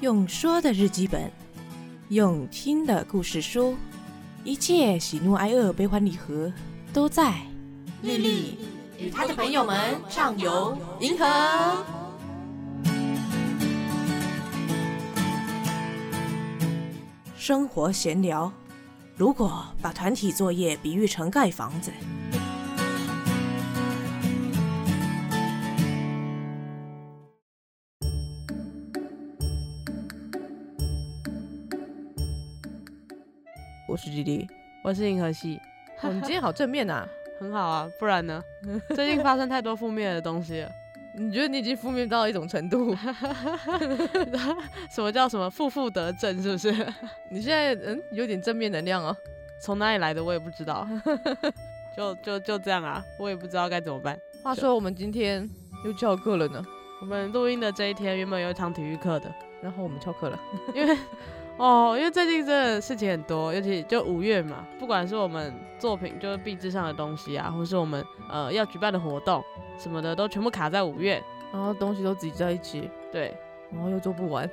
用说的日记本，用听的故事书，一切喜怒哀乐、悲欢离合都在丽丽与她的朋友们畅游银河。生活闲聊。如果把团体作业比喻成盖房子，我是弟弟，我是银河系，哦我们今天好正面呐、 很好啊，不然 呢？最近发生太多负面的东西了。你觉得你已经负面到一种程度？ 什么叫什么负负得正，是不是？ 你现在嗯有点正面能量哦。从哪里来的我也不知道， 就就就这样啊，我也不知道该怎么办。话说我们今天又翘课了呢，我们录音的这一天原本有一堂体育课的，然后我们翘课了。哦，因为最近真的事情很多，尤其就五月嘛，不管是我们作品就是壁纸上的东西啊，或是我们呃要举办的活动什么的，都全部卡在五月。然后东西都挤在一起，对，然后又做不完。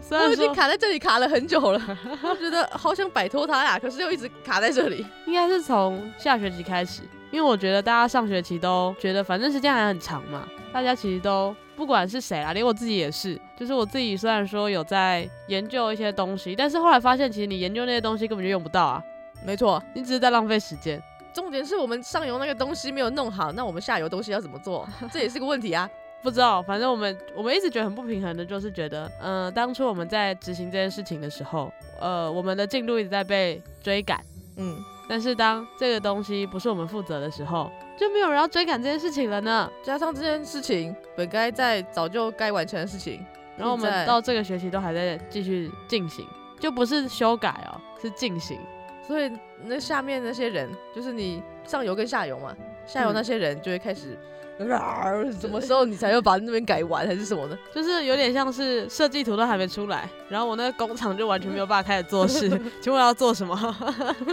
虽我然已经说卡在这里卡了很久了，我觉得好想摆脱它呀，可是又一直卡在这里。应该是从下学期开始，因为我觉得大家上学期都觉得反正时间还很长嘛，大家其实都不管是谁啊，连我自己也是，就是我自己虽然说有在研究一些东西，但是后来发现其实你研究那些东西根本就用不到啊， 没错，你只是在浪费时间。重点是我们上游那个东西没有弄好，那我们下游东西要怎么 做？这也是个问题啊。不知道，反正我们我们一直觉得很不平衡的，就是觉得，嗯、当初我们在执行这件事情的时候，呃，我们的进度一直在被追赶，嗯，但是当这个东西不是我们负责的时候，就没有人要追赶这件事情了呢。加上这件事情本该在早就该完成的事情，然后我现在们到这个学期都还在继续进行，就不是修改哦，是进行。所以那下面那些人，就是你上游跟下游嘛，下游那些人就会开 始，什么时候你才要把那边改完还是什么的？就是有点像是设计图都还没出来，然后我那个工厂就完全没有办法开始做 事，请问我要做什么？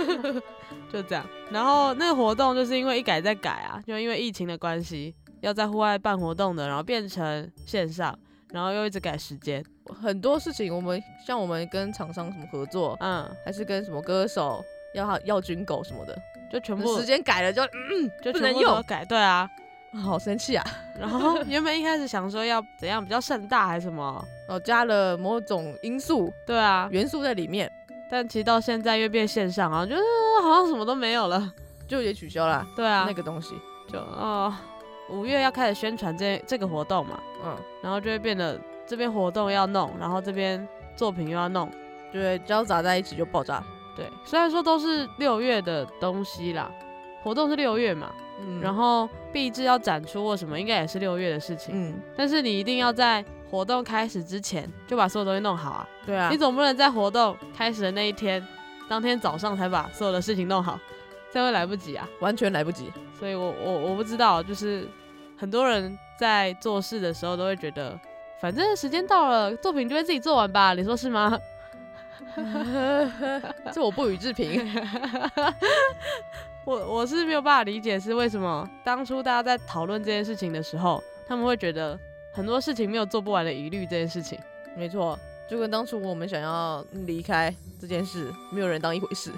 就这样。然后那个活动就是因为一改再改啊，就因为疫情的关系，要在户外办活动的，然后变成线上，然后又一直改时间。很多事情我们像我们跟厂商什么合作，嗯，还是跟什么歌手要他要军狗什么的，就全部时间改了就、就不全能部都用改，对啊。嗯好生气啊！然后原本一开始想说要怎样比较盛大还是什么，哦，加了某种因素对啊，元素在里面，但其实到现在越变线上啊，就是好像什么都没有了。就也取消了、对啊，那个东西。就哦，五月要开始宣传这这个活动嘛，嗯，然后就会变得这边活动要弄，然后这边作品又要弄。就会交杂在一起就爆炸。对，虽然说都是六月的东西啦，活动是六月嘛，嗯然后壁纸要展出或什么，应该也是六月的事情。嗯，但是你一定要在活动开始之前就把所有东西弄好啊，对啊你，总不能在活动开始的那一天，当天早上才把所有的事情弄好，这样会来不及啊。完全来不及。所以我我我不知道，就是很多人在做事的时候都会觉得，反正时间到了，作品就会自己做完吧，你说是吗？这我不予置 评。我我是没有办法理解是为什么当初大家在讨论这件事情的时候，他们会觉得很多事情没有做不完的疑虑这件事情。没错，就跟当初我们想要离开这件事，没有人当一回事。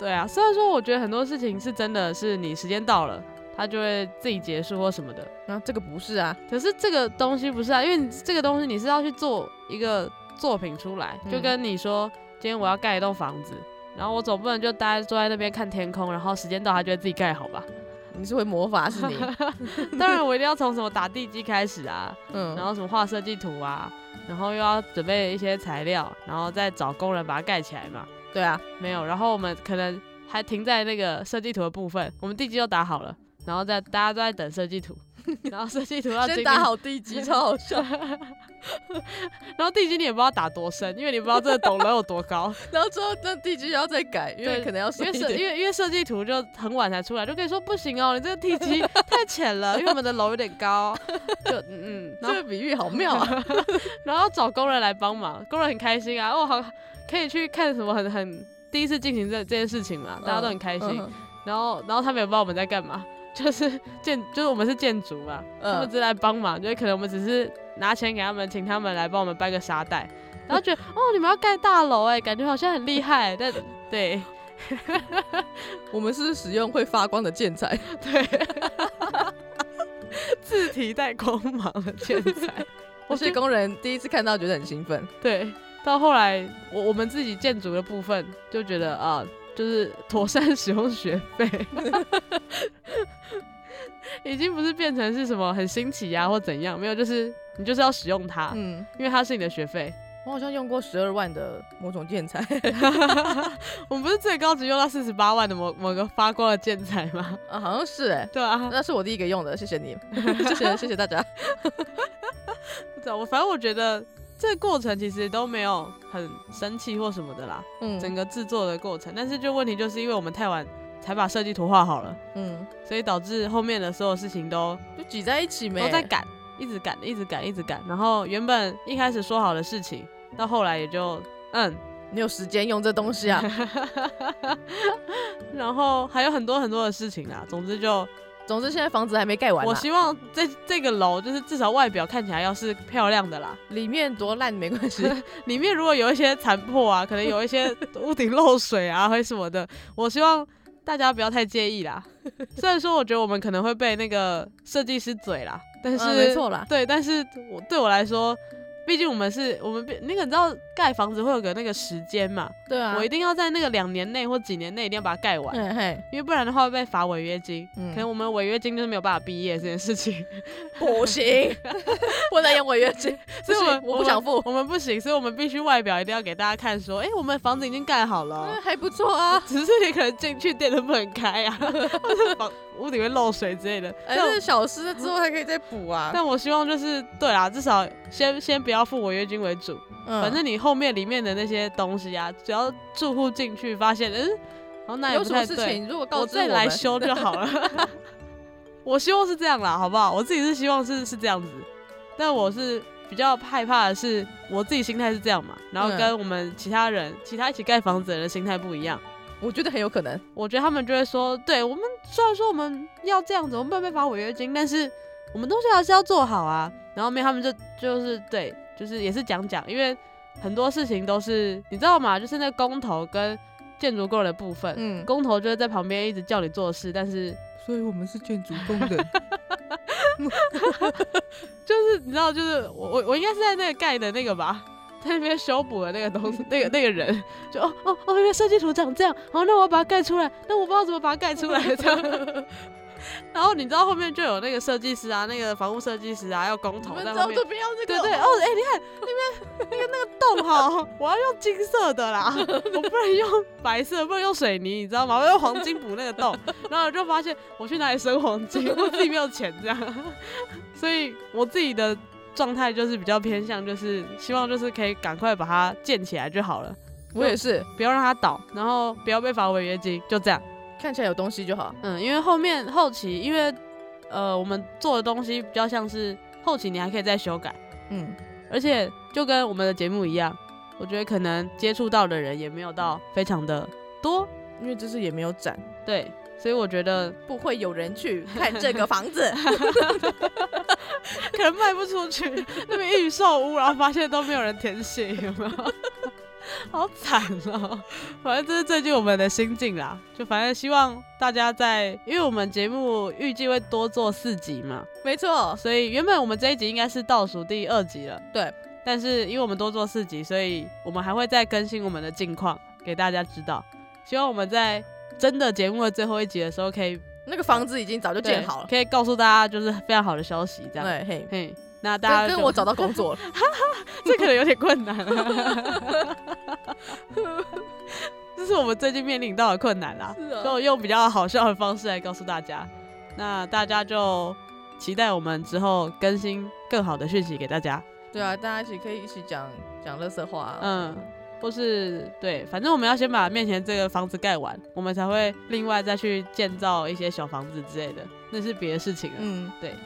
对啊，虽然说我觉得很多事情是真的是你时间到了，它就会自己结束或什么的， 那、这个不是啊，可是这个东西不是啊，因为你这个东西你是要去做一个作品出来，嗯就跟你说今天我要盖一栋房子，然后我总不能就大家坐在那边看天空，然后时间到它就会自己盖好 吧？你是会魔法是 你，当然我一定要从什么打地基开始啊，嗯，然后什么画设计图啊，然后又要准备一些材料，然后再找工人把它盖起来嘛。对啊，没有，然后我们可能还停在那个设计图的部分，我们地基都打好了，然后再大家都在等设 计图，然后设计图要经先历打好地基，超好笑。 然后地基你也不知道打多深，因为你不知道这个陡楼有多 高，然后之后那地基也要再改，因为对可能要因设为计设因为因为设计图就很晚才出来，就跟你说不行哦，你这个地基太浅了，因为我们的楼有点高，就嗯嗯，然这后个比喻好妙 啊！ 然后找工人来帮忙，工人很开心啊，哦好，可以去看什么很很第一次进行这这件事情嘛，大家都很开心，嗯然后然后他们也不知道我们在干嘛，就是建就是我们是建筑嘛，他们嗯，只是来帮忙，就是可能我们只是拿钱给他们，请他们来帮我们搬个沙 袋，然后觉得哦，你们要盖大楼哎、感觉好像很厉害， 但对我们是使用会发光的建材， 对，字体带光芒的建材， 我是工人第一次看到觉得很兴奋，对，到后来我我们自己建筑的部分就觉得啊，就是妥善使用学费， 已经不是变成是什么很新奇啊呀、或怎样，没有，就是你就是要使用它，嗯，因为它是你的学费。我好像用过十二万的某种建 材我们不是最高只用到四十八万的某某个发光的建材吗？ 啊，好像是哎、对啊，那是我第一个用的，谢 谢你，谢谢谢谢大家。不知道我反正我觉得这个过程其实都没有很生气或什么的啦，嗯整个制作的过程。但是就问题就是因为我们太晚才把设计图画好了，嗯，所以导致后面的所有事情都就挤在一起没？都在赶，一直赶，一直赶，一直赶。然后原本一开始说好的事情，到后来也就嗯，你有时间用这东西啊？ 然后还有很多很多的事情啦。总之就总之现在房子还没盖完、啊，我希望这这个楼就是至少外表看起来要是漂亮的啦。里面多烂没 关系，里面如果有一些残破啊，可能有一 些屋顶漏水啊，或什么的，我希望大家不要太介意 啦。虽然说我觉得我们可能会被那个设计师嘴啦，但是、嗯没错啦。对，但是我对我来说，毕竟我们是我们那个你知道盖房子会有个那个时间嘛，对啊，我一定要在那个两年内或几年内一定要把它盖完，嘿嘿，因为不然的话会被罚违约金。嗯可能我们违约金就是没有办法毕业这件事情，不 行，不能用违约 金，所以我不行们我不想付。 我们不行，所以我们必须外表一定要给大家看，说，哎、我们房子已经盖好了哦，嗯还不错啊，只是你可能进去电灯不能开 啊，或者房屋顶会漏水之类的。哎， 但我这是小事之后还可以再补啊。但我希望就是对啦，至少先先不要付违约金为主，嗯反正你后面里面的那些东西啊，只要住户进去发现，嗯，好像哪里有不什么太事对，啊情，如果告我知我再们来修就好 了。我希望是这样啦，好不好？我自己是希望是是这样子，但我是比较害怕的是我自己心态是这样嘛，然后嗯跟我们其他人、其他一起盖房子的人的心态不一样。我觉得很有可能。我觉得他们就会说，对我们虽然说我们要这样子，我们不会被罚违约金，但是我们东西还是要做好啊。然后面他们就就是对，就是也是讲讲，因为很多事情都是你知道吗？就是那工头跟建筑工人的部分，嗯，工头就会在旁边一直叫你做事，但是所以我们是建筑工人。就是你知道，就是我我我应该是在那个盖的那个吧， 在那边修补的那个东西， 那个那个人就哦哦哦，原来设计图长这样，哦，那我要把它盖出来，那我不知道怎么把它盖出来这样。 然后你知道后面就有那个设计师啊，那个房屋设计师啊，要工 你头们在知后道面这，边要这个？ 对对哦，哎、你看那边那个那个洞哈， 我要用金色的啦， 我不能用白色，不能用水泥，你知道吗？我要用黄金补那个洞， 然后我就发现我去哪里生黄金， 我自己没有钱这样， 所以我自己的状态就是比较偏向，就是希望就是可以赶快把它建起来就好了，我也是，不要让它倒，然后不要被罚违约金，就这样。看起来有东西就好。嗯，因为后面后期，因为呃我们做的东西比较像是后期你还可以再修改。嗯，而且就跟我们的节目一样，我觉得可能接触到的人也没有到非常的多，因为这是也没有展，对，所以我觉得不会有人去看这个房 子。可能卖不出去，那边预售屋，然后发现都没有人填写，有没有？好惨哦！反正这是最近我们的心境啦，就反正希望大家在，因为我们节目预计会多做四集嘛，没错，哦所以原本我们这一集应该是倒数第二集了，对。但是因为我们多做四集，所以我们还会再更新我们的近况给大家知道。希望我们在真的节目的最后一集的时候，可以那个房子已经早就建好了。可以告诉大家就是非常好的消息，这样。对，嘿，嘿，那大家跟跟就我找到工 作了。 这可能有点困难、 这是我们最近面临到的困难啦。是啊就 用比较好笑的方式来告诉大家。那大家就期待我们之后更新更好的讯息给大家。对啊，大家一起可以一起讲讲乐色话、啊。嗯，或是对，反正我们要先把面前这个房子盖完，我们才会另外再去建造一些小房子之类的，那是别的事情了。嗯，对，